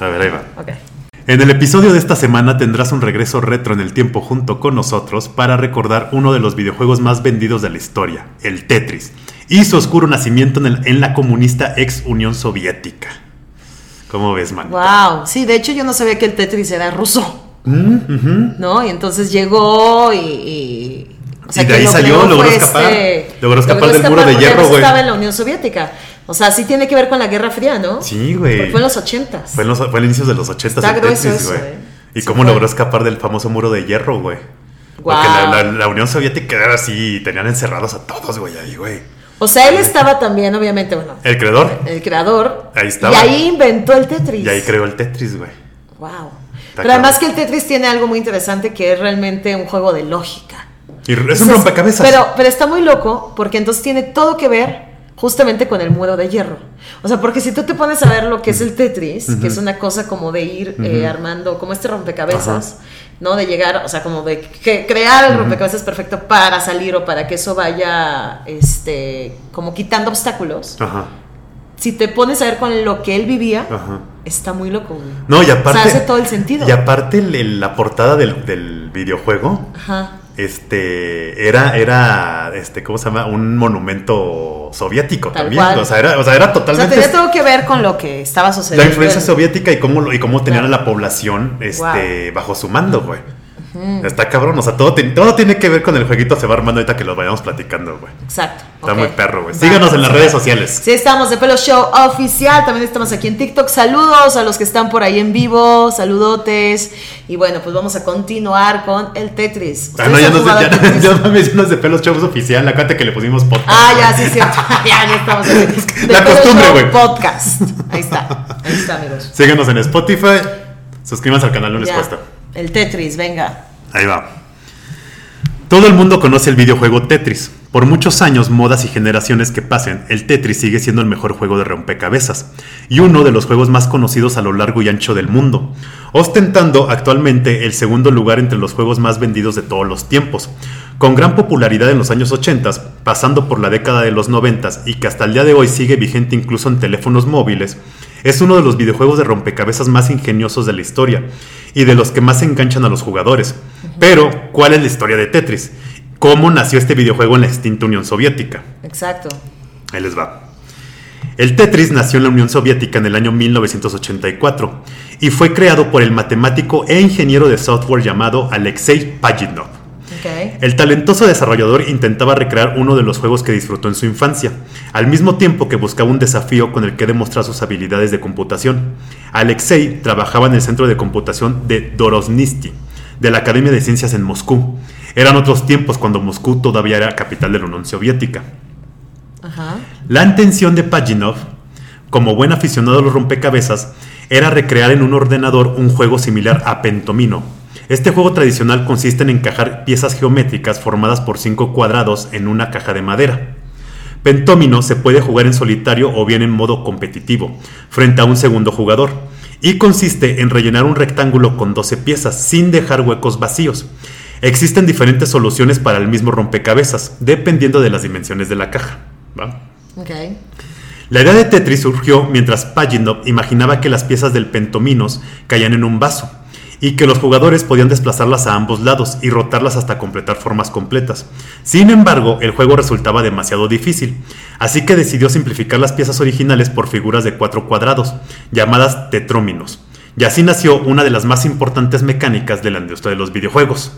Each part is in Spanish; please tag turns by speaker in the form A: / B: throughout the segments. A: A ver, ahí va.
B: Ok.
A: En el episodio de esta semana tendrás un regreso retro en el tiempo junto con nosotros para recordar uno de los videojuegos más vendidos de la historia, el Tetris, y su oscuro nacimiento en, el- en la comunista ex Unión Soviética. ¿Cómo ves, man?
B: Wow. Sí, de hecho yo no sabía que el Tetris era ruso.
A: Mm,
B: ¿No? Y entonces llegó y. y- o
A: Y de
B: que
A: ahí
B: lo
A: salió,
B: creó
A: logró
B: fue este
A: escapar. Logró escapar del muro de
B: porque
A: hierro,
B: no
A: güey.
B: estaba en la Unión Soviética. O sea, sí tiene que ver con la Guerra Fría, ¿no?
A: Sí,
B: Porque
A: güey.
B: Fue en los ochentas.
A: Fue en los, fue a inicios de los 80
B: Está
A: el
B: grueso
A: Tetris,
B: eso,
A: güey.
B: eh.
A: Y
B: Sí
A: cómo
B: fue.
A: logró escapar del famoso muro de hierro, güey. Porque
B: Guau.
A: la, la- la Unión Soviética era así y tenían encerrados a todos, güey, ahí, güey.
B: O sea, él estaba también, obviamente, bueno,
A: El creador.
B: el creador.
A: Ahí estaba.
B: Y ahí inventó el Tetris.
A: Y ahí creó el Tetris, güey.
B: Wow.
A: Está
B: Pero además que
A: cabrón.
B: el Tetris tiene algo muy interesante que es realmente un juego de lógica.
A: Y es un
B: Entonces,
A: rompecabezas.
B: Pero, pero está muy loco porque entonces tiene todo que ver justamente con el muro de hierro. O sea, porque si tú te pones a ver lo que es el Tetris, que es una cosa como de ir eh, armando, como este rompecabezas, ¿no? De llegar, o sea, como de que- crear el rompecabezas perfecto para salir o para que eso vaya, este, como quitando obstáculos.
A: Ajá.
B: Si te pones a ver con lo que él vivía,
A: Ajá.
B: está muy loco. güey.
A: Ah. No, y aparte.
B: O sea, hace todo el sentido.
A: Y aparte el- el- la portada del, del videojuego.
B: Ajá.
A: Este era, era, este, ¿cómo se llama? Un monumento soviético
B: Tal
A: también.
B: cual.
A: O sea, era, o sea, era
B: O sea,
A: totalmente
B: tenía todo que ver con lo que estaba sucediendo.
A: la influencia
B: en-
A: soviética y cómo, lo- y cómo tenían
B: Claro.
A: a la población este, bajo su mando, güey. Está cabrón, o sea, todo, te- todo tiene que ver con el jueguito se va armando ahorita que lo vayamos platicando, güey.
B: Exacto.
A: Está
B: ok.
A: muy perro, güey.
B: Va.
A: Síganos en las redes sociales.
B: Sí, estamos de Pelo Show Oficial. También estamos aquí en TikTok. Saludos a los que están por ahí en vivo. Saludotes. Y bueno, pues vamos a continuar con el Tetris.
A: Ah, no, ya
B: ¿Ustedes
A: no sé,
B: han jugado
A: ya,
B: al Tetris?
A: ya no mencionas de pelos chavos oficial, acuérdate que le pusimos podcast.
B: Ah,
A: güey.
B: ya, sí, es cierto. ya, ya estamos. aquí.
A: La
B: De Pelo
A: costumbre,
B: Show
A: güey.
B: Podcast. Ahí está. Ahí está, amigos.
A: Síganos en Spotify, suscríbanse al canal, no les
B: Ya.
A: cuesta.
B: El Tetris, venga.
A: Ahí va. Todo el mundo conoce el videojuego Tetris. Por muchos años, modas y generaciones que pasen, el Tetris sigue siendo el mejor juego de rompecabezas y uno de los juegos más conocidos a lo largo y ancho del mundo, ostentando actualmente el segundo lugar entre los juegos más vendidos de todos los tiempos, con gran popularidad en los años 80, pasando por la década de los 90 y que hasta el día de hoy sigue vigente incluso en teléfonos móviles, es uno de los videojuegos de rompecabezas más ingeniosos de la historia y de los que más enganchan a los jugadores. Pero, ¿cuál es la historia de Tetris? ¿Cómo nació este videojuego en la extinta Unión Soviética?
B: Exacto.
A: Ahí les va. El Tetris nació en la Unión Soviética en el año 1984 y fue creado por el matemático e ingeniero de software llamado Alexei Pajitnov.
B: Ok.
A: El talentoso desarrollador intentaba recrear uno de los juegos que disfrutó en su infancia, al mismo tiempo que buscaba un desafío con el que demostrar sus habilidades de computación. Alexei trabajaba en el centro de computación de Dorosnisti, de la Academia de Ciencias en Moscú. Eran otros tiempos cuando Moscú todavía era capital de la Unión Soviética.
B: Ajá.
A: La intención de Pajinov, como buen aficionado a los rompecabezas, era recrear en un ordenador un juego similar a Pentomino. Este juego tradicional consiste en encajar piezas geométricas formadas por cinco cuadrados en una caja de madera. Pentomino se puede jugar en solitario o bien en modo competitivo, frente a un segundo jugador, y consiste en rellenar un rectángulo con 12 piezas sin dejar huecos vacíos. Existen diferentes soluciones para el mismo rompecabezas, dependiendo de las dimensiones de la caja. ¿va?
B: Ok.
A: La idea de Tetris surgió mientras Pajitnov imaginaba que las piezas del pentominos caían en un vaso y que los jugadores podían desplazarlas a ambos lados y rotarlas hasta completar formas completas. Sin embargo, el juego resultaba demasiado difícil, así que decidió simplificar las piezas originales por figuras de cuatro cuadrados, llamadas tetróminos. Y así nació una de las más importantes mecánicas de la industria de los videojuegos,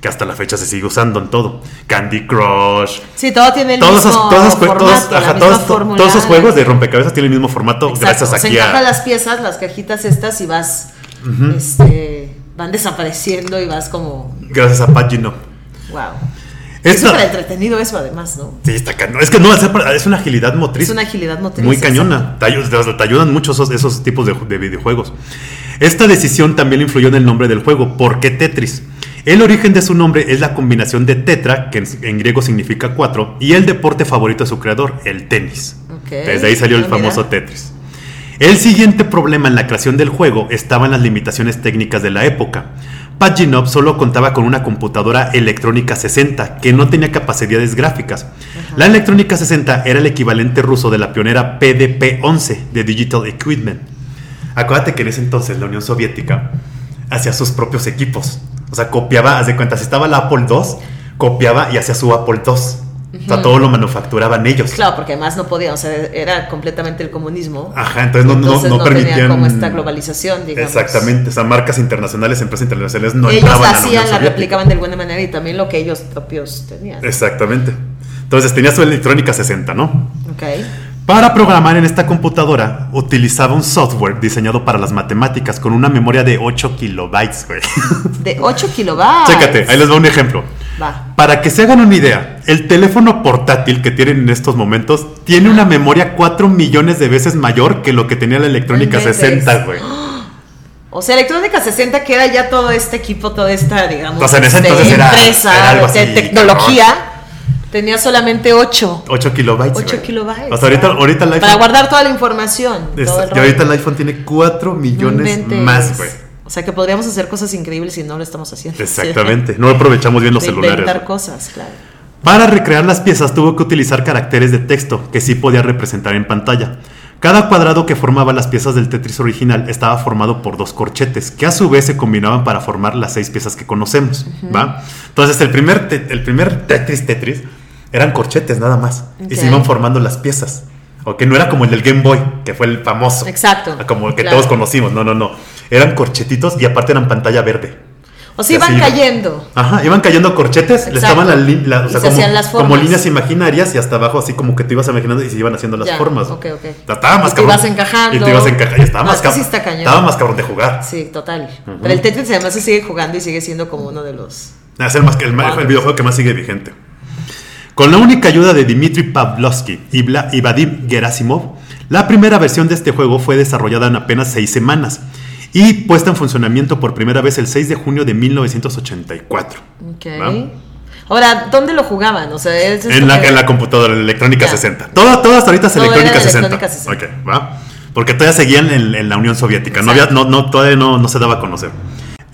A: que hasta la fecha se sigue usando en todo. Candy Crush,
B: Sí, todo tiene el
A: todos,
B: mismo
A: esos, todos, esos jue-
B: formato,
A: todos-
B: la
A: ajá,
B: misma
A: todos-
B: fórmula.
A: todos esos juegos de rompecabezas tienen el mismo formato
B: Exacto,
A: gracias
B: se
A: aquí a...
B: encajan las piezas, las cajitas estas y vas, este, van desapareciendo y vas como,
A: Gracias a Pagino.
B: wow. Es
A: Esta-
B: súper entretenido eso además, ¿no?
A: sí, está cañón. Es que no, es una agilidad motriz.
B: Es una agilidad motriz.
A: Muy
B: exacto.
A: cañona. Te, ayu- te- te ayudan mucho esos, esos tipos de, ju- de videojuegos. Esta decisión también influyó en el nombre del juego. ¿Por qué Tetris? El origen de su nombre es la combinación de tetra, que en, en griego significa cuatro, y el deporte favorito de su creador, el tenis.
B: Ok.
A: Desde ahí salió el
B: Ah,
A: famoso
B: mira.
A: Tetris. El siguiente problema en la creación del juego estaba en las limitaciones técnicas de la época. Pajinov solo contaba con una computadora electrónica 60 que no tenía capacidades gráficas. La electrónica 60 era el equivalente ruso de la pionera PDP-11 de Digital Equipment. Acuérdate que en ese entonces la Unión Soviética hacía sus propios equipos. O sea, copiaba, haz de cuenta, si estaba la Apple II, copiaba y hacía su Apple II. O sea, todo lo manufacturaban ellos.
B: Claro, porque además no podían, o sea, era completamente el comunismo.
A: Ajá, entonces Ah, no, no,
B: Entonces
A: no permitían.
B: tenía como esta globalización, digamos.
A: Exactamente, o sea, marcas internacionales, empresas internacionales no
B: ellos
A: entraban
B: la
A: a la Unión
B: hacían, la
A: Soviética.
B: replicaban de alguna manera y también lo que ellos propios tenían.
A: Exactamente. Entonces tenía su electrónica 60, ¿no?
B: Ok.
A: Para programar en esta computadora utilizaba un software diseñado para las matemáticas con una memoria de 8 kilobytes, güey.
B: De 8 kilobytes.
A: Chécate, ahí les va un ejemplo.
B: Va.
A: Para que se hagan una idea, el teléfono portátil que tienen en estos momentos tiene una memoria 4 millones de veces mayor que lo que tenía la electrónica
B: No inventes.
A: 60, güey.
B: O sea, Electrónica 60, que era ya todo este equipo, toda esta, digamos,
A: O sea, en ese
B: este,
A: entonces era-
B: empresa
A: era algo
B: de
A: así,
B: tecnología, tenía solamente 8.
A: 8 kilobytes.
B: 8
A: güey.
B: kilobytes.
A: O sea, ahorita, ahorita el
B: Para
A: iPhone.
B: guardar toda la información.
A: es-
B: todo el
A: y ahorita
B: rollo.
A: el iPhone tiene 4
B: No
A: millones
B: inventes.
A: más, güey.
B: O sea, que podríamos hacer cosas increíbles y no lo estamos haciendo.
A: Exactamente. No aprovechamos bien los
B: De
A: celulares.
B: inventar
A: güey.
B: cosas, claro.
A: Para recrear las piezas tuvo que utilizar caracteres de texto que sí podía representar en pantalla. Cada cuadrado que formaba las piezas del Tetris original estaba formado por dos corchetes, que a su vez se combinaban para formar las seis piezas que conocemos. ¿va? Entonces el primer, te- el primer Tetris Tetris eran corchetes nada más. Y se
B: Ok.
A: iban formando las piezas. ¿ok? No era como el del Game Boy, que fue el famoso.
B: Exacto,
A: Ah, Como el que
B: claro.
A: todos conocimos. No, no, no. Eran corchetitos y aparte eran pantalla verde.
B: O sea,
A: Y así
B: iban
A: iba.
B: cayendo.
A: Ajá, iban cayendo corchetes, le
B: Exacto.
A: estaban la li- la- o
B: Y
A: sea,
B: se
A: como,
B: hacían las
A: como
B: formas.
A: líneas imaginarias y hasta abajo así como que te ibas imaginando y se iban haciendo las
B: Ya,
A: formas.
B: ok, ok.
A: Estaba más
B: Y te
A: cabrón.
B: ibas encajando.
A: Y te ibas encajando. Estaba,
B: No,
A: más
B: es que
A: cab-
B: sí está cañón.
A: estaba más cabrón de jugar.
B: Sí, total. Pero el Tetris además se sigue jugando y sigue siendo como uno de los.
A: Ah, Es el, más, el, ma- el videojuego que más sigue vigente. Con la única ayuda de Dmitry Pavlovsky y, Bla- y Vadim Gerasimov, la primera versión de este juego fue desarrollada en apenas seis semanas y puesta en funcionamiento por primera vez el 6 de junio de 1984.
B: Ok.
A: ¿Va?
B: Ahora, ¿dónde lo jugaban? O sea, es esto
A: En la,
B: que-
A: en la computadora, en la electrónica
B: Ya.
A: 60. Todo, todo hasta ahorita es
B: Todo era de
A: electrónica 60.
B: electrónica 60.
A: Ok, va. Porque todavía seguían en, en la Unión Soviética. No había, no, no, todavía no, no se daba a conocer.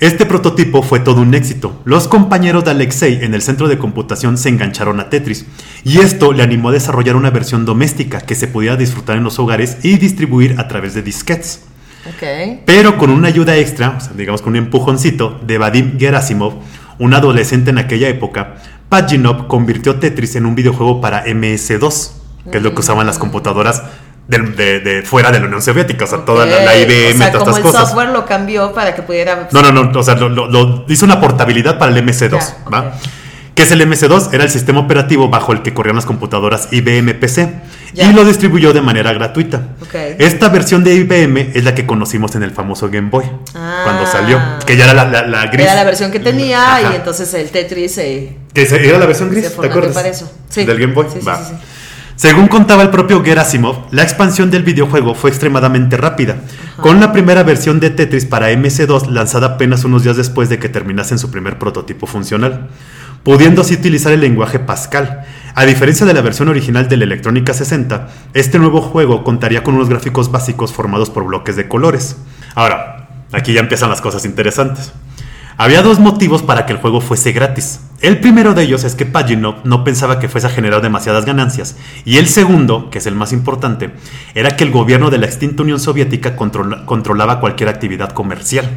A: Este prototipo fue todo un éxito. Los compañeros de Alexei en el centro de computación se engancharon a Tetris. Y esto le animó a desarrollar una versión doméstica que se pudiera disfrutar en los hogares y distribuir a través de disquetes.
B: Ok.
A: Pero con una ayuda extra, o sea, digamos con un empujoncito de Vadim Gerasimov, un adolescente en aquella época, Paginov convirtió Tetris en un videojuego para MS2, que es lo que usaban las computadoras del- de, de fuera de la Unión Soviética, o sea, toda la, la
B: Ok.
A: IBM,
B: O
A: todas
B: sea,
A: estas
B: como el
A: cosas.
B: software lo cambió para que pudiera.
A: No, no, no, o sea, lo, lo- lo- hizo una portabilidad para el MS2,
B: Ya,
A: ¿va?
B: ok.
A: Que es el MS2, era el sistema operativo bajo el que corrían las computadoras IBM PC
B: Ya.
A: y lo distribuyó de manera gratuita.
B: Ok.
A: Esta versión de IBM es la que conocimos en el famoso Game Boy
B: Ah.
A: cuando salió, que ya era la, la- la gris.
B: Era la versión que tenía
A: Ajá.
B: y entonces el Tetris se,
A: Que se- era la versión
B: se
A: gris, ¿te
B: formateó
A: acuerdas?
B: para eso. Sí.
A: Del Game Boy.
B: Sí, sí,
A: Va.
B: sí, sí.
A: Según contaba el propio Gerasimov, la expansión del videojuego fue extremadamente rápida, con la primera versión de Tetris para MC2 lanzada apenas unos días después de que terminasen su primer prototipo funcional, pudiendo así utilizar el lenguaje Pascal. A diferencia de la versión original de la Electrónica 60, este nuevo juego contaría con unos gráficos básicos formados por bloques de colores. Ahora, aquí ya empiezan las cosas interesantes. Había dos motivos para que el juego fuese gratis. El primero de ellos es que Paginov no pensaba que fuese a generar demasiadas ganancias. Y el segundo, que es el más importante, era que el gobierno de la extinta Unión Soviética controla- controlaba cualquier actividad comercial.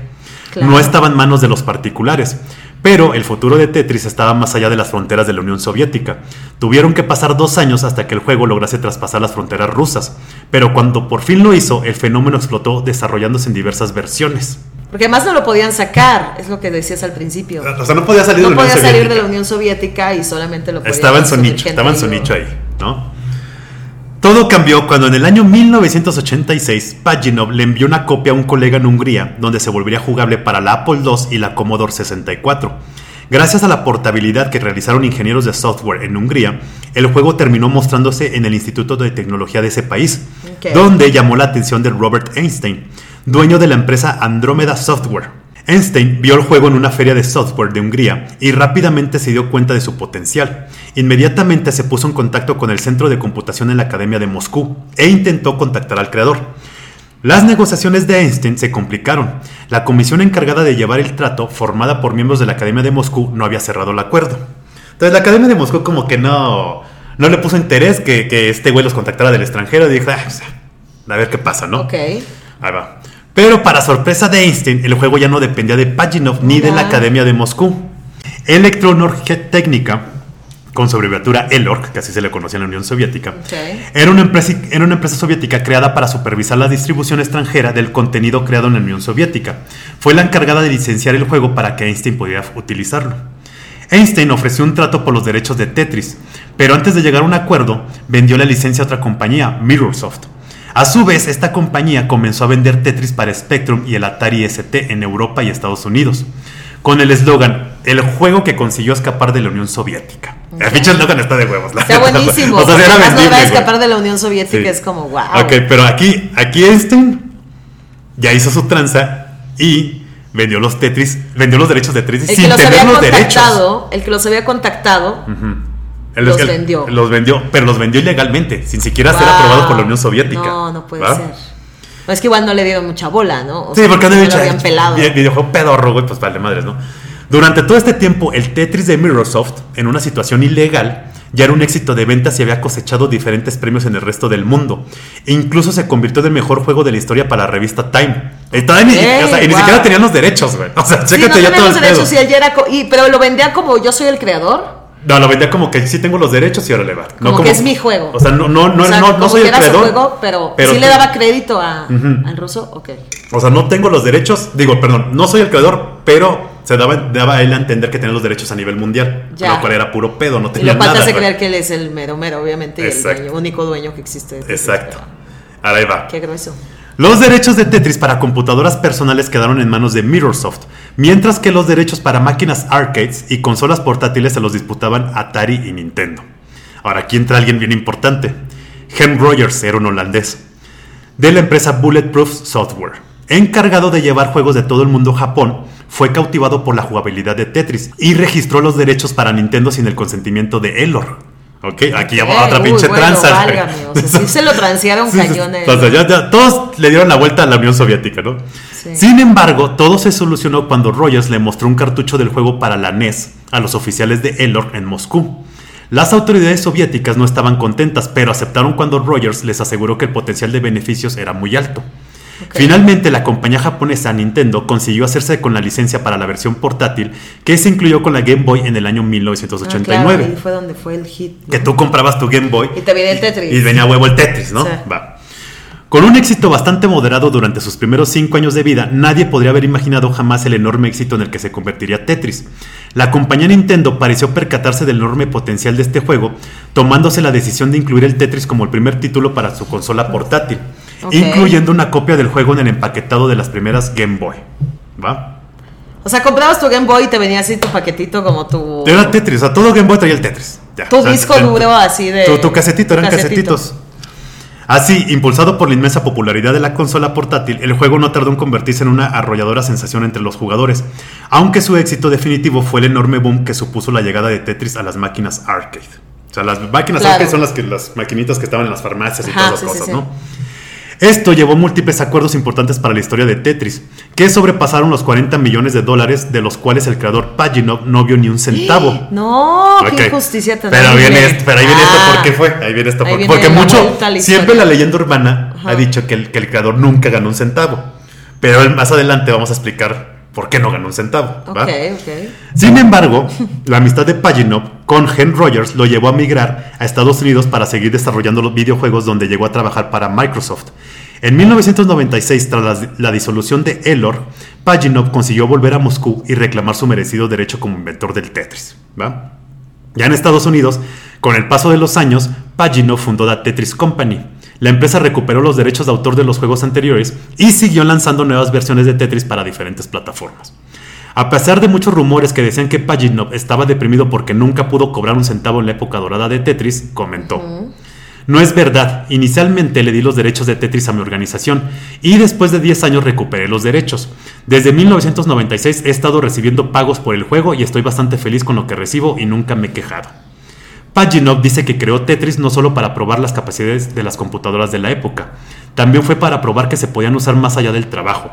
B: Claro.
A: No estaba en manos de los particulares. Pero el futuro de Tetris estaba más allá de las fronteras de la Unión Soviética. Tuvieron que pasar dos años hasta que el juego lograse traspasar las fronteras rusas. Pero cuando por fin lo hizo, el fenómeno explotó desarrollándose en diversas versiones.
B: Porque además no lo podían sacar, es lo que decías al principio.
A: O sea, no podía salir
B: No
A: de la Unión
B: podía salir
A: Soviética.
B: de la Unión Soviética y solamente lo podía
A: Estaba en su
B: conseguir
A: nicho,
B: gente
A: estaba en su
B: o-
A: nicho ahí, ¿no? Todo cambió cuando en el año 1986 Paginov le envió una copia a un colega en Hungría, donde se volvería jugable para la Apple II y la Commodore 64. Gracias a la portabilidad que realizaron ingenieros de software en Hungría, el juego terminó mostrándose en el Instituto de Tecnología de ese país,
B: Ok.
A: donde llamó la atención de Robert Einstein, dueño de la empresa Andromeda Software. Einstein vio el juego en una feria de software de Hungría y rápidamente se dio cuenta de su potencial. Inmediatamente se puso en contacto con el Centro de Computación en la Academia de Moscú e intentó contactar al creador. Las negociaciones de Einstein se complicaron. La comisión encargada de llevar el trato, formada por miembros de la Academia de Moscú, no había cerrado el acuerdo. Entonces la Academia de Moscú como que no, no le puso interés que, que este güey los contactara del extranjero y dijo, "Ah, pues, a ver qué pasa, ¿no?
B: Ok.
A: Ahí va. Pero para sorpresa de Einstein, el juego ya no dependía de Pajinov ni de la
B: Ya.
A: Academia de Moscú. Electronor Técnica, con abreviatura E ELORC, que así se le conocía en la Unión Soviética,
B: Ok.
A: era una, empresa, era una empresa soviética creada para supervisar la distribución extranjera del contenido creado en la Unión Soviética. Fue la encargada de licenciar el juego para que Einstein pudiera utilizarlo. Einstein ofreció un trato por los derechos de Tetris, pero antes de llegar a un acuerdo, vendió la licencia a otra compañía, Mirrorsoft. A su vez, esta compañía comenzó a vender Tetris para Spectrum y el Atari ST en Europa y Estados Unidos, con el eslogan, el juego que consiguió escapar de la Unión Soviética. El
B: Ok.
A: pinche eslogan está de huevos. la
B: Está
A: neta, güey.
B: buenísimo.
A: O sea, sí era
B: Además,
A: vendible,
B: lograr
A: güey.
B: escapar de la Unión Soviética
A: Sí.
B: es como, wow.
A: Ok, pero aquí, aquí Einstein ya hizo su tranza y vendió los Tetris, vendió los derechos de Tetris
B: El que
A: sin
B: los
A: tener
B: había
A: los derechos.
B: contactado, el que los había contactado,
A: El-
B: los
A: el-
B: vendió.
A: Los vendió, pero los vendió ilegalmente, sin siquiera ser
B: Wow.
A: aprobado por la Unión Soviética.
B: No, no puede
A: ¿va?
B: ser. No, es que igual no le dieron mucha bola, ¿no? O
A: Sí,
B: sea,
A: porque
B: no
A: han de
B: lo
A: dicho,
B: habían
A: "Ay,
B: pelado.
A: vi- videojuego pedorro, güey, pues vale madres, ¿no? Durante todo este tiempo, el Tetris de Microsoft, en una situación ilegal, ya era un éxito de ventas y había cosechado diferentes premios en el resto del mundo. E incluso se convirtió en el mejor juego de la historia para la revista Time. Eh, todavía ni,
B: Ey,
A: o sea, y ni
B: guau.
A: siquiera tenían los derechos, güey. O sea,
B: Sí, no
A: chécate ya
B: tenían
A: todo el
B: los derechos
A: pedo.
B: y él ya era co- y- pero lo vendía como yo soy el creador.
A: No, lo vendía como que sí tengo los derechos y ahora le va. No
B: Como que es mi juego.
A: O sea, no, no, no,
B: O sea,
A: no- no
B: como
A: soy
B: que
A: el
B: era su
A: creador.
B: juego, pero, sí le daba crédito a, al ruso. Ok.
A: O sea, no tengo los derechos, digo, perdón, no soy el creador, pero se daba, daba a él a entender que tenía los derechos a nivel mundial.
B: Ya.
A: Lo cual era puro pedo, Pues no
B: Y
A: tenía
B: lo cual te
A: nada.
B: hace
A: güey.
B: creer que él es el mero mero, obviamente, y
A: Exacto.
B: el dueño- único dueño que existe. este
A: Exacto. Ahora ahí va.
B: Qué grueso.
A: Los derechos de Tetris para computadoras personales quedaron en manos de Mirrorsoft, mientras que los derechos para máquinas arcades y consolas portátiles se los disputaban Atari y Nintendo. Ahora aquí entra alguien bien importante. Hem Rogers era un holandés de la empresa Bulletproof Software. Encargado de llevar juegos de todo el mundo a Japón, fue cautivado por la jugabilidad de Tetris y registró los derechos para Nintendo sin el consentimiento de Elor. Ok, aquí ya va
B: Eh,
A: otra
B: uy,
A: pinche
B: bueno,
A: tranza. güey.
B: válgame, o sea, sí se lo transearon
A: Sí, sí,
B: cañón el-
A: o sea, ya- ya todos le dieron la vuelta a la Unión Soviética, ¿no?
B: Sí.
A: Sin embargo, todo se solucionó cuando Rogers le mostró un cartucho del juego para la NES a los oficiales de Elor en Moscú. Las autoridades soviéticas no estaban contentas, pero aceptaron cuando Rogers les aseguró que el potencial de beneficios era muy alto.
B: Ok.
A: Finalmente, la compañía japonesa Nintendo consiguió hacerse con la licencia para la versión portátil que se incluyó con la Game Boy en el año
B: Ah,
A: 1989.
B: claro, ahí fue donde fue el hit. ¿no?
A: Que tú comprabas tu Game Boy.
B: Y te venía el Tetris.
A: Y venía a huevo el Tetris, ¿no?
B: Sí.
A: Va. Con un éxito bastante moderado durante sus primeros cinco años de vida, nadie podría haber imaginado jamás el enorme éxito en el que se convertiría Tetris. La compañía Nintendo pareció percatarse del enorme potencial de este juego, tomándose la decisión de incluir el Tetris como el primer título para su consola portátil,
B: Ok.
A: incluyendo una copia del juego en el empaquetado de las primeras Game Boy. ¿Va?
B: O sea, comprabas tu Game Boy y te venía así tu paquetito como tu.
A: Era Tetris, o sea, todo Game Boy traía el Tetris. Ya,
B: Tu
A: o sea,
B: disco
A: te-
B: duro así de.
A: Tu, tu casetito, eran
B: casetito.
A: casetitos. Así, impulsado por la inmensa popularidad de la consola portátil, el juego no tardó en convertirse en una arrolladora sensación entre los jugadores, aunque su éxito definitivo fue el enorme boom que supuso la llegada de Tetris a las máquinas arcade. O sea, las máquinas
B: Claro.
A: arcade son las, que, las maquinitas que estaban en las farmacias y
B: Ajá,
A: todas las
B: sí, sí,
A: cosas,
B: sí.
A: ¿no? Esto llevó múltiples acuerdos importantes para la historia de Tetris, que sobrepasaron los 40 millones de dólares, de los cuales el creador Paginov no vio ni un centavo.
B: ¡Eh! No,
A: Ok.
B: qué injusticia tan
A: Pero,
B: horrible.
A: viene esto- pero ahí viene
B: Ah.
A: esto, ¿por qué fue? Ahí viene esto,
B: Ahí
A: por-
B: viene
A: porque
B: la
A: mucho,
B: vuelta a la historia.
A: siempre la leyenda urbana
B: Ajá.
A: ha dicho que el, que el creador nunca ganó un centavo. Pero él- más adelante vamos a explicar por qué no ganó un centavo. ¿va?
B: Ok, ok.
A: Sin embargo, la amistad de Paginov con Hen Rogers lo llevó a migrar a Estados Unidos para seguir desarrollando los videojuegos donde llegó a trabajar para Microsoft. En 1996, tras la, la disolución de Elor, Paginov consiguió volver a Moscú y reclamar su merecido derecho como inventor del Tetris. ¿va? Ya en Estados Unidos, con el paso de los años, Pagino fundó la Tetris Company. La empresa recuperó los derechos de autor de los juegos anteriores y siguió lanzando nuevas versiones de Tetris para diferentes plataformas. A pesar de muchos rumores que decían que Paginov estaba deprimido porque nunca pudo cobrar un centavo en la época dorada de Tetris, comentó. No es verdad, inicialmente le di los derechos de Tetris a mi organización y después de 10 años recuperé los derechos. Desde 1996 he estado recibiendo pagos por el juego y estoy bastante feliz con lo que recibo y nunca me he quejado. Paginov dice que creó Tetris no solo para probar las capacidades de las computadoras de la época, también fue para probar que se podían usar más allá del trabajo.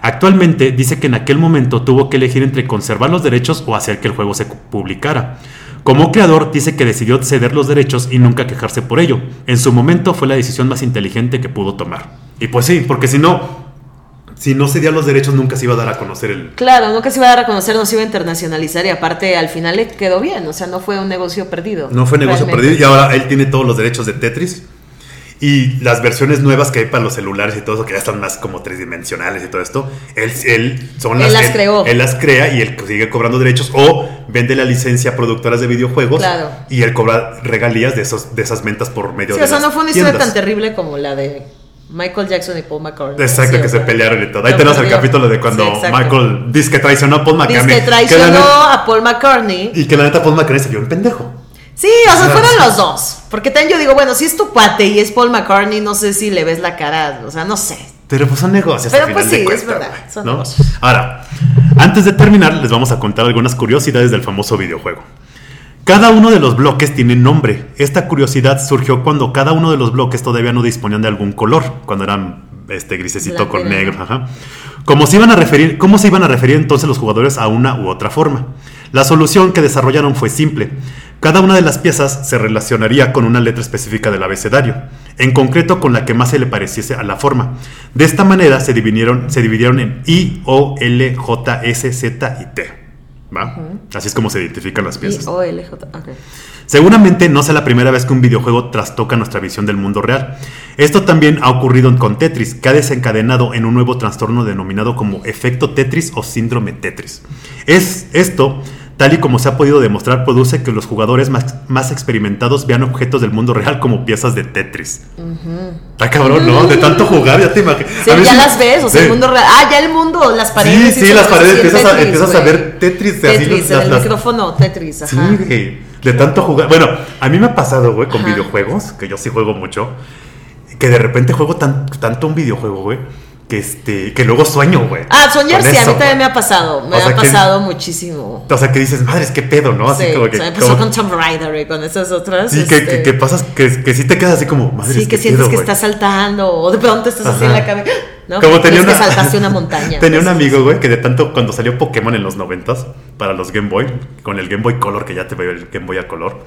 A: Actualmente dice que en aquel momento tuvo que elegir entre conservar los derechos o hacer que el juego se publicara. Como creador dice que decidió ceder los derechos y nunca quejarse por ello. En su momento fue la decisión más inteligente que pudo tomar. Y pues sí, porque si no, Si no se los derechos, nunca se iba a dar a conocer el.
B: Claro, nunca se iba a dar a conocer, no se iba a internacionalizar y aparte al final le quedó bien, o sea, no fue un negocio perdido.
A: No fue negocio
B: realmente.
A: perdido y ahora él tiene todos los derechos de Tetris. Y las versiones nuevas que hay para los celulares y todo eso, que ya están más como tridimensionales y todo esto, él, él son las,
B: Él las creó.
A: Él las crea y él sigue cobrando derechos o vende la licencia a productoras de videojuegos
B: Claro.
A: y él cobra regalías de, esos, de esas ventas por medio
B: Sí,
A: de
B: o sea,
A: las
B: no fue una historia
A: tiendas.
B: tan terrible como la de Michael Jackson y Paul McCartney.
A: Exacto,
B: Sí,
A: que
B: o
A: se
B: sea,
A: pelearon y todo. Ahí
B: lo
A: tenemos el
B: perdió.
A: capítulo de
B: Sí,
A: cuando
B: exacto.
A: Michael dice que traicionó a Paul
B: Dice
A: McCartney. Que la
B: que traicionó
A: neta-
B: a Paul McCartney.
A: y que la neta Paul McCartney se vio un pendejo.
B: Sí, o sea,
A: Claro.
B: fueron los dos. Porque también yo digo, bueno, si es tu cuate y es Paul McCartney, no sé si le ves la cara, o sea, no sé.
A: Pero pues son negocios.
B: Pero
A: al
B: pues
A: final de
B: sí, es
A: cuentas,
B: verdad,
A: güey,
B: son
A: ¿no?
B: negocios.
A: Ahora, antes de terminar, les vamos a contar algunas curiosidades del famoso videojuego. Cada uno de los bloques tiene nombre. Esta curiosidad surgió cuando cada uno de los bloques todavía no disponían de algún color, cuando eran este grisecito
B: Blanco y
A: con
B: negro.
A: negro. ajá. Como se iban a referir, ¿Cómo se iban a referir entonces los jugadores a una u otra forma? La solución que desarrollaron fue simple. Cada una de las piezas se relacionaría con una letra específica del abecedario, en concreto con la que más se le pareciese a la forma. De esta manera se dividieron, se dividieron en I, O, L, J, S, Z y T. ¿va? Así es como se identifican las piezas.
B: Y oh, OLJ. ok.
A: Seguramente no sea la primera vez que un videojuego trastoca nuestra visión del mundo real. Esto también ha ocurrido con Tetris, que ha desencadenado en un nuevo trastorno denominado como efecto Tetris o síndrome Tetris. Es esto, tal y como se ha podido demostrar, produce que los jugadores más, más experimentados vean objetos del mundo real como piezas de Tetris. Está cabrón, ¿no? De tanto jugar, ya te imaginas.
B: Sí,
A: A mí
B: ya
A: sí-
B: las ves, o sea,
A: Sí.
B: el mundo real. Ah, ya el mundo, las paredes.
A: Sí, sí,
B: se
A: las
B: parecen
A: paredes,
B: así en
A: empiezas a-
B: Tetris,
A: empiezas a
B: güey.
A: ver Tetris, así,
B: Tetris,
A: las-
B: en el
A: las-
B: micrófono, Tetris,
A: Sí,
B: ajá.
A: güey, de tanto jugar. Bueno, a mí me ha pasado, güey, con
B: Ajá.
A: videojuegos, que yo sí juego mucho, que de repente juego tan, tanto un videojuego, güey, que este, que luego sueño, güey.
B: Ah,
A: Con
B: soñar sí, a mí
A: eso,
B: también me
A: güey.
B: ha pasado. Me
A: O sea,
B: ha
A: que-
B: pasado muchísimo.
A: O sea, que dices, madres, qué pedo, ¿no? Así
B: sí,
A: como que.
B: o sea, me pasó
A: como-
B: con Tomb Raider y con esas otras.
A: sí, que, que,
B: este,
A: que pasas, que, que sí te quedas así como, madres.
B: Sí, que
A: qué
B: sientes
A: pedo,
B: que
A: güey".
B: estás saltando o de pronto estás así en
A: Ajá.
B: la cabeza. ¿no?
A: Como
B: Porque
A: tenía
B: crees
A: una,
B: que saltaste una montaña.
A: tenía un
B: Pues,
A: amigo, güey, que de tanto cuando salió Pokémon en los noventas para los Game Boy, con el Game Boy Color, que ya te veo el Game Boy a color,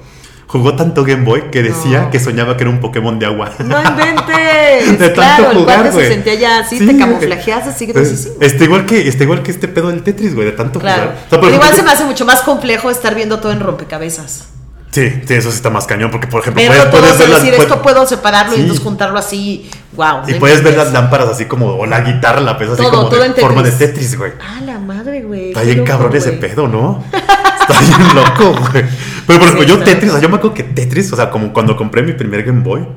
A: jugó tanto Game Boy que decía
B: No.
A: que soñaba que era un Pokémon de agua.
B: No inventes.
A: De
B: claro,
A: tanto
B: el
A: jugar,
B: cuate se
A: güey.
B: sentía ya así,
A: Sí,
B: te
A: güey.
B: camuflajeas, así que
A: Entonces, Está igual que está igual que este pedo del Tetris, güey, de tanto
B: Claro.
A: jugar. O sea, por
B: Pero
A: ejemplo,
B: igual se me hace mucho más complejo estar viendo todo en rompecabezas.
A: Sí, sí, eso sí está más cañón porque por ejemplo,
B: Verlo todo,
A: ver las-
B: decir
A: puedes-
B: esto puedo separarlo y
A: Sí.
B: entonces juntarlo así. Wow.
A: y puedes ver las lámparas así como o la guitarra, la pesas así
B: Todo,
A: como
B: todo
A: de
B: en
A: forma de
B: Tetris.
A: Tetris, güey.
B: Ah, la madre, güey.
A: Está
B: qué
A: bien
B: loco,
A: cabrón ese
B: güey.
A: pedo, ¿no? Está bien loco, güey. Pero por ejemplo,
B: Sí,
A: yo
B: está
A: Tetris, o sea, yo me acuerdo que Tetris, o sea, como cuando compré mi primer Game Boy,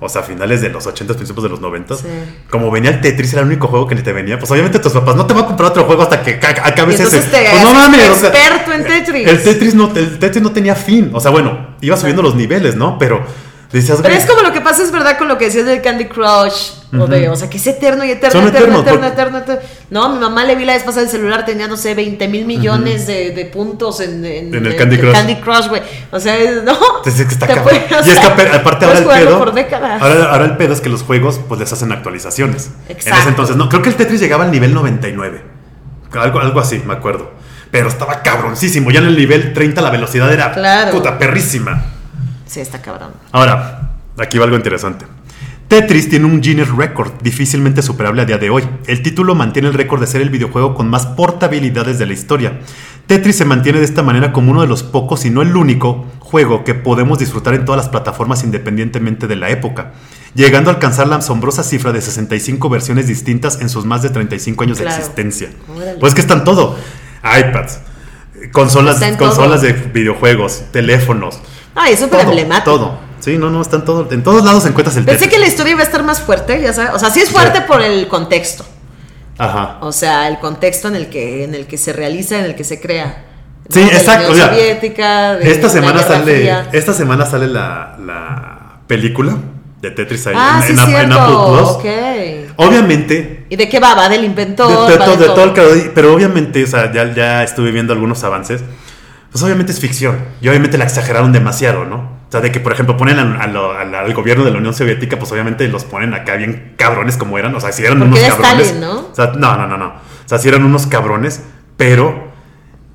A: o sea, a finales de los 80, principios de los 90,
B: Sí.
A: como venía el Tetris, era el único juego que ni te venía. Pues obviamente tus papás no te van a comprar otro juego hasta que ca-
B: Y
A: acabes ese.
B: entonces te
A: Pues no
B: haces
A: mames, o sea,
B: experto en Tetris.
A: el Tetris no, el Tetris no tenía fin. O sea, bueno, iba subiendo los niveles, ¿no? Pero decías,
B: Pero
A: güey,
B: es como lo que pasa, es verdad, con lo que decías del Candy Crush. o, de,
A: Ujú.
B: o sea, que es eterno y eterno,
A: Son
B: eterno,
A: eternos,
B: eterno,
A: porque-
B: eterno, eterno. No, mi mamá le vi la vez pasada el celular, tenía, no sé, 20 mil millones de, de puntos en, en,
A: En el Candy Crush.
B: Crush, güey. O sea, es- no.
A: Entonces es que está
B: Te
A: cabrón.
B: puedes- o
A: y es que
B: sea,
A: apar- aparte ahora
B: puedes
A: el
B: jugarlo
A: pedo.
B: por décadas.
A: Ahora, ahora el pedo es que los juegos pues les hacen actualizaciones. En
B: Exacto.
A: ese entonces, no, creo que el Tetris llegaba al nivel 99. Algo, algo así, me acuerdo. Pero estaba cabroncísimo. Ya en el nivel 30 la velocidad era
B: Claro.
A: puta perrísima.
B: Sí, está cabrón.
A: Ahora, aquí va algo interesante. Tetris tiene un Guinness Record difícilmente superable a día de hoy. El título mantiene el récord de ser el videojuego con más portabilidades de la historia. Tetris se mantiene de esta manera como uno de los pocos y no el único juego que podemos disfrutar en todas las plataformas independientemente de la época, llegando a alcanzar la asombrosa cifra de 65 versiones distintas en sus más de 35 años
B: Claro.
A: de existencia.
B: Órale.
A: Pues que están todo. iPads, consolas,
B: Está en
A: consolas de
B: todo.
A: videojuegos, teléfonos,
B: Ay, es súper
A: todo,
B: emblemático.
A: Todo. Sí, no, no, están todo, en todos lados encuentras el
B: Pensé que
A: Tetris.
B: la historia iba a estar más fuerte, ya sabes. O sea, sí es fuerte
A: Sí.
B: por el contexto.
A: Ajá.
B: O sea, el contexto en el que, en el que se realiza, en el que se crea.
A: Sí,
B: ¿no? De la
A: exacto,
B: Unión
A: o sea,
B: Soviética, de
A: Esta
B: la
A: semana
B: Guerra
A: sale,
B: Fría.
A: esta semana sale la, la película de Tetris ahí
B: Ah,
A: en,
B: sí,
A: en Apple- en
B: cierto.
A: Apple Plus.
B: Ok.
A: Obviamente,
B: ¿Y de qué va? ¿Va del
A: de,
B: inventor?
A: de
B: ¿Va
A: todo,
B: de
A: de todo el creador, pero obviamente, o sea, ya, ya estuve viendo algunos avances. Pues obviamente es ficción. Y obviamente la exageraron demasiado, ¿no? O sea, de que, por ejemplo, ponen al, al- al- al gobierno de la Unión Soviética, pues obviamente los ponen acá bien cabrones como eran. O sea, si eran
B: Porque
A: unos
B: era
A: cabrones.
B: Stalin, ¿no?
A: O sea, no, no, no, no. O sea, si eran unos cabrones, pero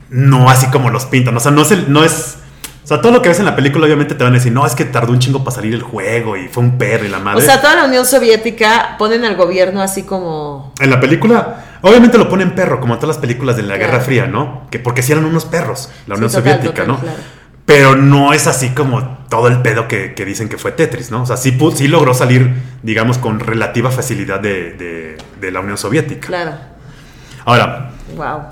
A: no así como los pintan. O sea, no es. el- no es o sea, todo lo que ves en la película obviamente te van a decir, no, es que tardó un chingo para salir el juego y fue un perro y la madre.
B: O sea, toda la Unión Soviética ponen al gobierno así como...
A: en la película, obviamente lo ponen perro, como todas las películas de la
B: Claro.
A: Guerra Fría, ¿no? Que porque sí eran unos perros, la
B: Sí,
A: Unión
B: total,
A: Soviética,
B: total,
A: ¿no?
B: claro.
A: Pero no es así como todo el pedo que, que dicen que fue Tetris, ¿no? O sea, sí, pu- sí logró salir, digamos, con relativa facilidad de, de- de la Unión Soviética.
B: Claro,
A: Ahora,
B: wow.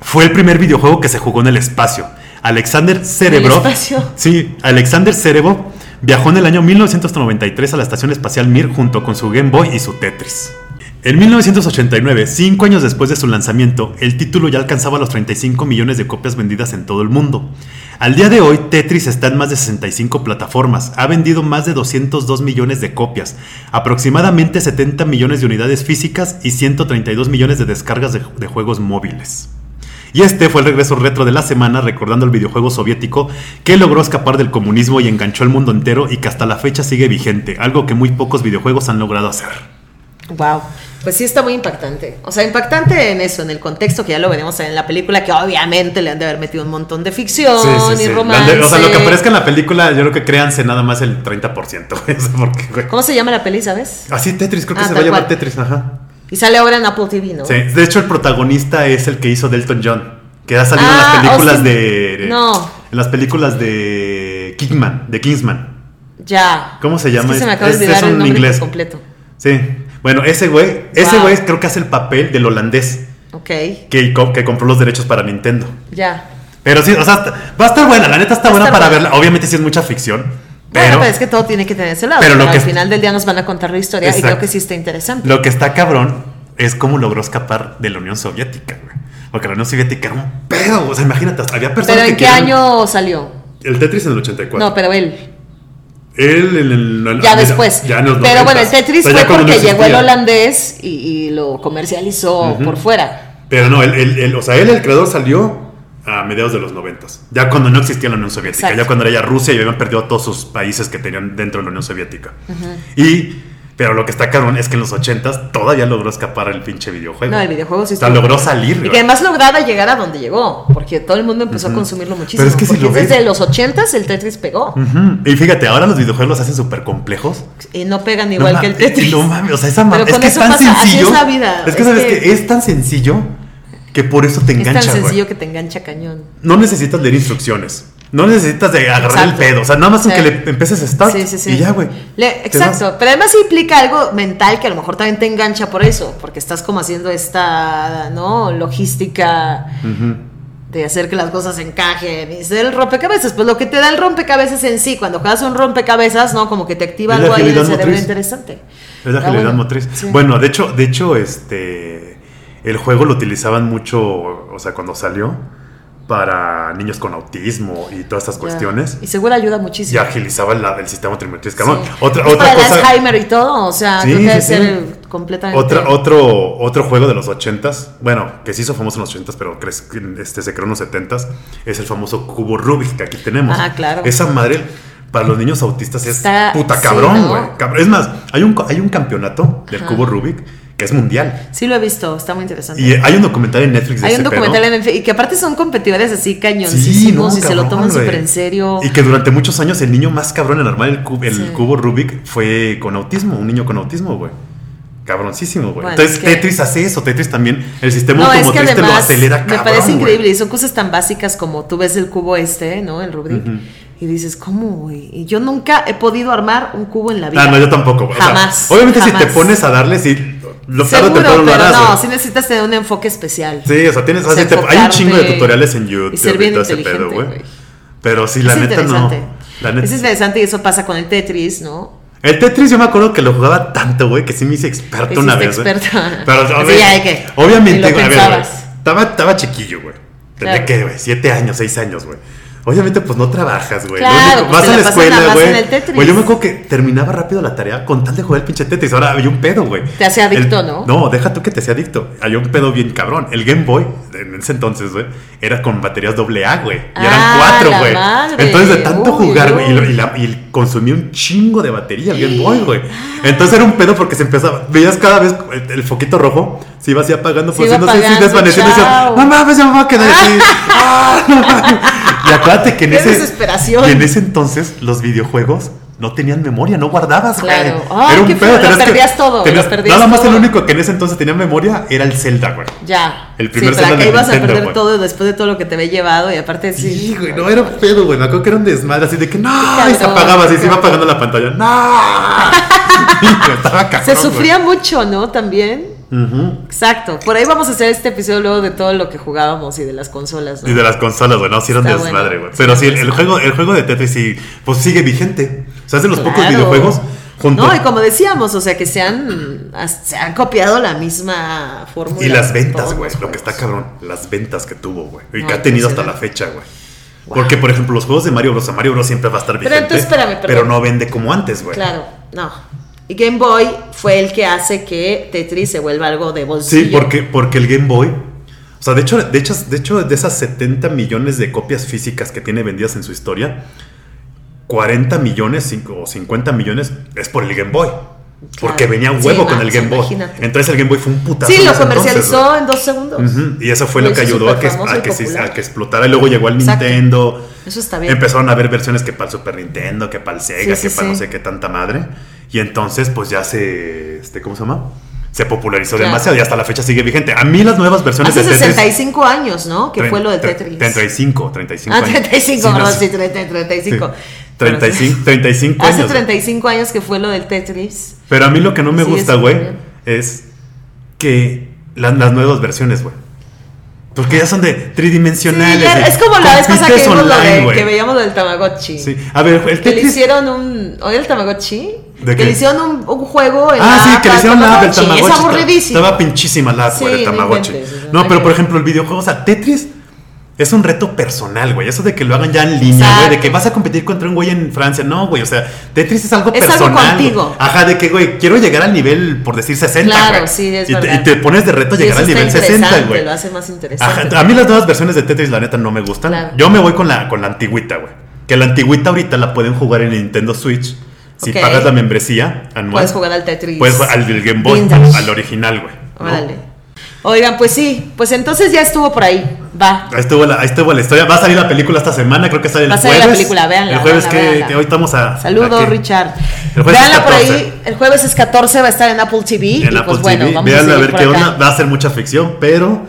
A: fue el primer videojuego que se jugó en el espacio. Alexander Cerebro.
B: espacio?
A: Sí, Alexander Cerebro viajó en el año 1993 a la Estación Espacial Mir junto con su Game Boy y su Tetris. En 1989, cinco años después de su lanzamiento, el título ya alcanzaba los 35 millones de copias vendidas en todo el mundo. Al día de hoy, Tetris está en más de 65 plataformas, ha vendido más de 202 millones de copias, aproximadamente 70 millones de unidades físicas y 132 millones de descargas de- de juegos móviles. Y este fue el regreso retro de la semana recordando el videojuego soviético que logró escapar del comunismo y enganchó al mundo entero y que hasta la fecha sigue vigente, algo que muy pocos videojuegos han logrado hacer.
B: Wow. Pues sí está muy impactante. O sea, impactante en eso, en el contexto que ya lo veremos en la película, que obviamente le han de haber metido un montón de ficción y romance.
A: O sea, lo que aparezca en la película, yo creo que créanse nada más el 30%. o sea, porque, güey.
B: ¿Cómo se llama la peli, sabes?
A: Así Tetris, creo que
B: Ah,
A: se va a
B: tal
A: llamar
B: cual.
A: Tetris, ajá.
B: Y sale ahora en Apple TV, ¿no?
A: Sí, de hecho, el protagonista es el que hizo Delton John, que ha salido
B: Ah,
A: en las películas
B: Austin-
A: de, de-
B: No.
A: En las películas de Kingman, de Kingsman.
B: Ya.
A: ¿Cómo se llama?
B: Es que se me acaba
A: Es-
B: de
A: es
B: olvidar
A: un
B: el nombre
A: inglés.
B: completo.
A: Sí. Bueno, ese güey, ese
B: Wow.
A: güey creo que hace el papel del holandés
B: Ok,
A: que, co- que compró los derechos para Nintendo.
B: ya.
A: Pero sí, o sea, está- va a estar buena, la neta está
B: Va a
A: buena
B: estar
A: para
B: buena.
A: verla. Obviamente sí es mucha ficción,
B: bueno,
A: pero
B: pero es que todo tiene que tener ese lado.
A: pero
B: Pero,
A: lo que
B: al
A: es-
B: final del día nos van a contar la historia y
A: Exacto.
B: creo que sí está interesante.
A: lo que está cabrón es cómo logró escapar de la Unión Soviética, güey. Porque la Unión Soviética era un pedo, o sea, imagínate, hasta había personas
B: ¿Pero en
A: que
B: qué
A: querían-
B: año salió?
A: El Tetris en el 84.
B: No, pero él.
A: Él en el... en-
B: Ya
A: ah, mira,
B: después.
A: ya en los
B: pero
A: 90s.
B: bueno, el Tetris
A: O sea, ya
B: fue
A: cuando no
B: porque llegó el
A: existía.
B: holandés y, y lo comercializó
A: Ujú.
B: por fuera.
A: Pero no, él, él- él- o sea, él, el creador, salió a mediados de los noventas. Ya cuando no existía la Unión Soviética,
B: Exacto.
A: ya cuando era ya Rusia y habían perdido todos sus países que tenían dentro de la Unión Soviética. Y, pero lo que está cabrón es que en los ochentas todavía logró escapar el pinche videojuego.
B: No, el videojuego sí
A: O sea,
B: estuvo-
A: logró salir.
B: Y
A: güey.
B: que además lograba llegar a donde llegó, porque todo el mundo empezó a consumirlo muchísimo.
A: Pero es que si
B: porque
A: lo ves-
B: desde los 80s el Tetris pegó
A: Ujú. Y fíjate, ahora los videojuegos los hacen súper complejos.
B: y no pegan igual
A: No
B: que el
A: ma-
B: Tetris.
A: No mames, o sea, esa ma-
B: Pero
A: es
B: con
A: que es
B: eso
A: tan
B: pasa, así
A: sencillo.
B: es la vida.
A: Es que
B: Es
A: sabes
B: que-
A: que es tan sencillo que por eso te
B: es
A: engancha,
B: tan
A: güey.
B: sencillo que te engancha cañón.
A: no necesitas leer instrucciones. No necesitas de agarrar
B: Exacto.
A: el pedo. O sea, nada más en
B: Sí.
A: que le empeces a start
B: Sí, sí, sí.
A: y ya, güey.
B: Le-
A: Te
B: Exacto, pero además sí implica algo mental que a lo mejor también te engancha por eso, porque estás como haciendo esta, ¿no? Logística
A: vas. Ujú.
B: de hacer que las cosas encajen y ser el rompecabezas. Pues lo que te da el rompecabezas en sí, cuando juegas un rompecabezas, ¿no? Como que te activa
A: Es la
B: algo ahí en el
A: agilidad
B: cerebro
A: motriz.
B: interesante.
A: Es la
B: Ah,
A: agilidad
B: bueno,
A: motriz.
B: sí.
A: Bueno, de hecho, de hecho, este. El juego lo utilizaban mucho, o sea, cuando salió, para niños con autismo y todas estas
B: Ya.
A: cuestiones.
B: Y seguro ayuda
A: Y
B: muchísimo.
A: agilizaban la- el sistema trimetriz,
B: Sí.
A: cabrón. Otra,
B: Pues
A: otra
B: para el
A: cosa.
B: Alzheimer y todo, o sea,
A: Sí,
B: creo que
A: sí,
B: debe
A: sí.
B: ser completamente.
A: Otra, otro, otro juego de los 80s, bueno, que se hizo famoso en los 80s, pero cre- este, se creó en los 70s, es el famoso cubo Rubik que aquí tenemos.
B: Ah, claro.
A: Esa madre para los niños autistas es
B: Está-
A: puta
B: sí,
A: cabrón,
B: ¿no?
A: güey. Cabr- Es más, hay un, co- hay un campeonato del
B: Ajá.
A: cubo Rubik que es mundial.
B: Sí lo he visto, está muy interesante.
A: Y hay un documental en Netflix de
B: Hay
A: ese
B: un
A: pedo.
B: documental en Netflix y que aparte son competidores así
A: Sí,
B: cañoncísimos
A: no,
B: y se lo
A: cabrón,
B: toman
A: güey.
B: súper en serio.
A: Y que durante muchos años el niño más cabrón en armar el, cu- el
B: Sí.
A: cubo Rubik fue con autismo, un niño con autismo, güey. Cabroncísimo, güey.
B: Bueno,
A: Entonces
B: es que-
A: Tetris hace eso, Tetris también. El sistema
B: No, es que
A: automotriz te lo
B: además
A: acelera
B: me
A: cabrón.
B: parece
A: güey.
B: increíble y son cosas tan básicas como tú ves el cubo este, ¿no? El Rubik.
A: Ujú.
B: Y dices, ¿cómo, güey? Y yo nunca he podido armar un cubo en la vida.
A: Ah, no, yo tampoco. güey. O sea,
B: Jamás,
A: obviamente si te
B: jamás.
A: pones a darle, sí, lo tarde o
B: Seguro,
A: temprano lo
B: pero
A: harás.
B: no,
A: güey.
B: sí necesitas tener un enfoque especial.
A: Sí, o sea, tienes, o sea,
B: O sea,
A: sí te- hay un chingo de
B: enfocarte
A: tutoriales en YouTube
B: y ser bien
A: todo ese
B: inteligente,
A: pedo, güey.
B: güey.
A: Pero sí, la
B: es
A: neta no.
B: interesante.
A: La neta.
B: Es interesante y eso pasa con el Tetris, ¿no?
A: El Tetris yo me acuerdo que lo jugaba tanto, güey, que sí me hice experto
B: Te
A: una
B: hiciste
A: vez. güey.
B: experta.
A: Pero
B: Así
A: obvi-
B: ya de que ni lo
A: obviamente, güey, a ver, güey,
B: pensabas.
A: estaba, estaba chiquillo, güey. Tenía
B: Claro.
A: que, güey, siete años, seis años, güey. Obviamente, pues no trabajas, güey. Lo
B: Claro,
A: único-
B: pues,
A: vas
B: te
A: a
B: la
A: la
B: pasas nada
A: escuela,
B: más
A: güey.
B: en el Tetris.
A: Güey, yo me acuerdo que terminaba rápido la tarea con tal de jugar el pinche Tetris. Ahora había un pedo, güey.
B: Te hacía adicto,
A: El-
B: ¿no?
A: No, deja tú que te sea adicto. Había un pedo bien cabrón. El Game Boy en ese entonces, güey, era con baterías doble A, güey. Y
B: Ah,
A: eran cuatro,
B: la
A: güey.
B: madre.
A: Entonces, de tanto
B: Uy,
A: jugar, güey, y,
B: uy.
A: lo- y la- y consumía un chingo de batería el Game Boy, güey. Entonces era un pedo porque se empezaba. Veías cada vez el, el foquito rojo, se iba así apagando,
B: Se iba
A: produciéndose así,
B: apagando,
A: desvaneciendo. Y decía,
B: chao.
A: no mames, ya me voy a quedar así. Ah, no mames. Y acuérdate que en
B: Qué
A: ese.
B: desesperación.
A: y en ese entonces, los videojuegos. No tenían memoria, no guardabas, güey.
B: Claro. Ay, qué feo, lo
A: tenías que-
B: perdías todo, güey, lo
A: tenías-
B: perdías
A: Nada más
B: todo.
A: el único que en ese entonces tenía memoria era el Zelda, güey.
B: Ya.
A: El primer
B: sí, para
A: Zelda
B: que
A: de
B: ibas a
A: Nintendo,
B: perder
A: güey.
B: todo después de todo lo que te había llevado y aparte sí.
A: Sí, güey, no era un pedo, güey. Me acuerdo que era un desmadre así de que no,
B: Qué
A: y se
B: cabrón,
A: apagaba así,
B: qué
A: se iba
B: cabrón.
A: apagando la pantalla. ¡No! Y estaba cabrón,
B: Se
A: güey.
B: sufría mucho, ¿no? También.
A: Ujú.
B: Exacto. Por ahí vamos a hacer este episodio luego de todo lo que jugábamos y de las consolas. ¿no?
A: Y de las consolas, güey, no, sí era un
B: Está
A: desmadre,
B: bueno.
A: güey. Pero sí, el, el juego, el juego de Tetris sí, pues sigue vigente. O sea, es de los pocos
B: Claro.
A: videojuegos junto.
B: No, y como decíamos, o sea, que se han, se han copiado la misma fórmula.
A: Y las
B: en
A: ventas,
B: todos
A: güey.
B: los
A: Lo que está
B: juegos.
A: cabrón, las ventas que tuvo, güey. Y
B: No,
A: que ha tenido hasta la
B: impresionante.
A: fecha, güey. Porque, por ejemplo, los juegos de Mario Bros. a Mario Bros. siempre va a estar vigente.
B: entonces, espérame, perdón.
A: pero no vende como antes, güey.
B: Claro, no. Y Game Boy fue el que hace que Tetris se vuelva algo de bolsillo.
A: Sí, porque, porque el Game Boy. O sea, de hecho, de hecho, de hecho, de esas 70 millones de copias físicas que tiene vendidas en su historia, 40 millones cinco- o 50 millones es por el Game Boy. Porque venía
B: Sí,
A: huevo con
B: ma,
A: el Game Boy.
B: imagínate.
A: Entonces el Game Boy fue un putazo.
B: Sí,
A: en
B: lo
A: ese entonces,
B: comercializó
A: güey.
B: en dos segundos.
A: Ujú, Y eso fue lo,
B: Lo
A: que
B: hizo
A: ayudó a que,
B: superfamoso
A: a
B: y
A: que se-
B: popular.
A: a que explotara. Y luego llegó al
B: Exacto.
A: Nintendo.
B: Eso está bien.
A: Empezaron a haber versiones que para el Super Nintendo, que para el Sega,
B: Sí, sí,
A: que para no
B: sí.
A: sé qué tanta madre. Y entonces, pues ya se. Este, ¿Cómo se llama? Se popularizó
B: Claro.
A: demasiado y hasta la fecha sigue vigente. A mí las nuevas versiones
B: Hace
A: de Tetris.
B: 65 años, ¿no? Que
A: tre-
B: fue lo de
A: tre-
B: Tetris.
A: 35, 35.
B: Ah,
A: años.
B: 35,
A: Sí, no,
B: no,
A: sí.
B: sí, 30, 35.
A: Sí. 35, 35
B: Hace
A: años.
B: 35 años que fue lo del Tetris.
A: Pero a mí lo que no me
B: Sí,
A: gusta,
B: es
A: güey,
B: bien.
A: es que la- las nuevas versiones, güey. Porque ya son de tridimensionales.
B: Sí, ya-
A: de-
B: es como la vez pasada que,
A: compites
B: vimos lo
A: online,
B: de-
A: güey.
B: que veíamos lo del Tamagotchi.
A: Sí. A ver, el
B: Que le
A: Tetris.
B: hicieron un. ¿Oye el Tamagotchi?
A: ¿De
B: que
A: qué?
B: le hicieron un, un juego en
A: Ah,
B: la
A: sí,
B: app
A: que le
B: al
A: hicieron la app del Tamagotchi.
B: Es
A: Está-
B: aburridísimo.
A: Estaba pinchísima la app, güey,
B: Sí,
A: del
B: no
A: Tamagotchi.
B: inventes, o sea,
A: No, pero
B: no
A: por
B: inventes.
A: ejemplo, el videojuego, o sea, Tetris es un reto personal, güey. Eso de que lo hagan ya en línea,
B: Exacto.
A: güey, de que vas a competir contra un güey en Francia. No, güey, o sea, Tetris es algo
B: Es algo
A: personal. güey.
B: contigo.
A: Ajá, de que, güey, quiero llegar al nivel, por decir 60.
B: Claro,
A: güey.
B: sí, es
A: y te,
B: verdad.
A: y te pones de reto
B: Sí,
A: llegar
B: Pues, eso
A: al
B: está
A: nivel 60,
B: interesante,
A: güey.
B: Lo hace más
A: Ajá,
B: interesante.
A: a mí las nuevas versiones de Tetris, la neta, no me gustan.
B: Claro.
A: Yo me voy con la, con la antigüita, güey. Que la antigüita ahorita la pueden jugar en Nintendo Switch. Si
B: Ok.
A: pagas la membresía anual.
B: Puedes jugar al Tetris.
A: Puedes jugar Pues, al del Game Boy,
B: Vintage.
A: al original, güey. ¿no?
B: Órale. Oigan, pues sí, pues entonces ya estuvo por ahí. Va.
A: Ahí estuvo, la, ahí estuvo la historia. Va a salir la película esta semana, creo que sale el
B: Va a salir
A: jueves.
B: la película, véanla,
A: El jueves
B: véanla,
A: que,
B: véanla.
A: que hoy estamos a.
B: Saludos,
A: a que-
B: Richard.
A: El jueves es
B: Veanla por
A: 14.
B: ahí. El jueves es 14, va a estar en Apple TV. y
A: En
B: pues
A: Apple
B: bueno,
A: TV.
B: vamos
A: Véanla a
B: seguir
A: ver
B: por
A: qué
B: acá.
A: onda. Va a ser mucha ficción, pero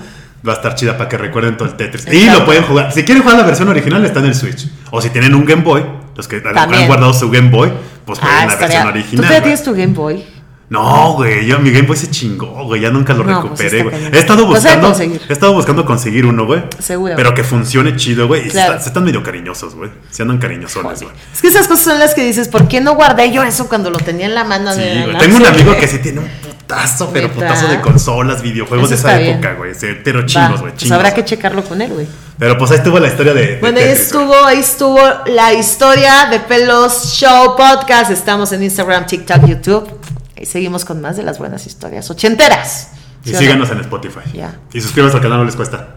A: va a estar chida para que recuerden todo el Tetris. Y
B: Exacto.
A: lo pueden jugar. Si quieren jugar la versión original, está en el Switch. O si tienen un Game Boy, los que han
B: También.
A: guardado su Game Boy, pues jueguen
B: Ah,
A: la
B: estaría-
A: versión original.
B: ¿Tú ya
A: güey.
B: tienes tu Game Boy?
A: No, güey, yo mi Game Boy se chingó, güey, ya nunca lo
B: No, pues
A: recuperé,
B: está
A: güey.
B: cañón.
A: he estado
B: Lo sabe
A: buscando,
B: conseguir.
A: he estado buscando conseguir uno, güey.
B: Seguro.
A: Pero que funcione chido, güey. Y se
B: Claro.
A: están- se están medio cariñosos, güey. Se andan cariñosones, güey.
B: Es que esas cosas son las que dices, ¿por qué no guardé yo eso cuando lo tenía en la mano?
A: Sí,
B: de la-
A: güey.
B: la-
A: Tengo un
B: sí,
A: amigo
B: güey.
A: que sí tiene un putazo, pero
B: Neta.
A: putazo de consolas, videojuegos de
B: Eso
A: esa
B: está
A: época,
B: bien.
A: güey. Sí, Pero
B: Va,
A: chingos, güey,
B: pues
A: chingos.
B: habrá que checarlo con él, güey.
A: Pero pues ahí estuvo la historia de. de
B: Bueno, ahí
A: Tetris, güey.
B: estuvo, ahí estuvo la historia de Pelos Show Podcast. Estamos en Instagram, TikTok, YouTube. Y seguimos con más de las buenas historias ochenteras.
A: Y
B: ¿Sí o no?
A: síganos en Spotify.
B: Ya.
A: Y suscríbanse al canal, no les cuesta.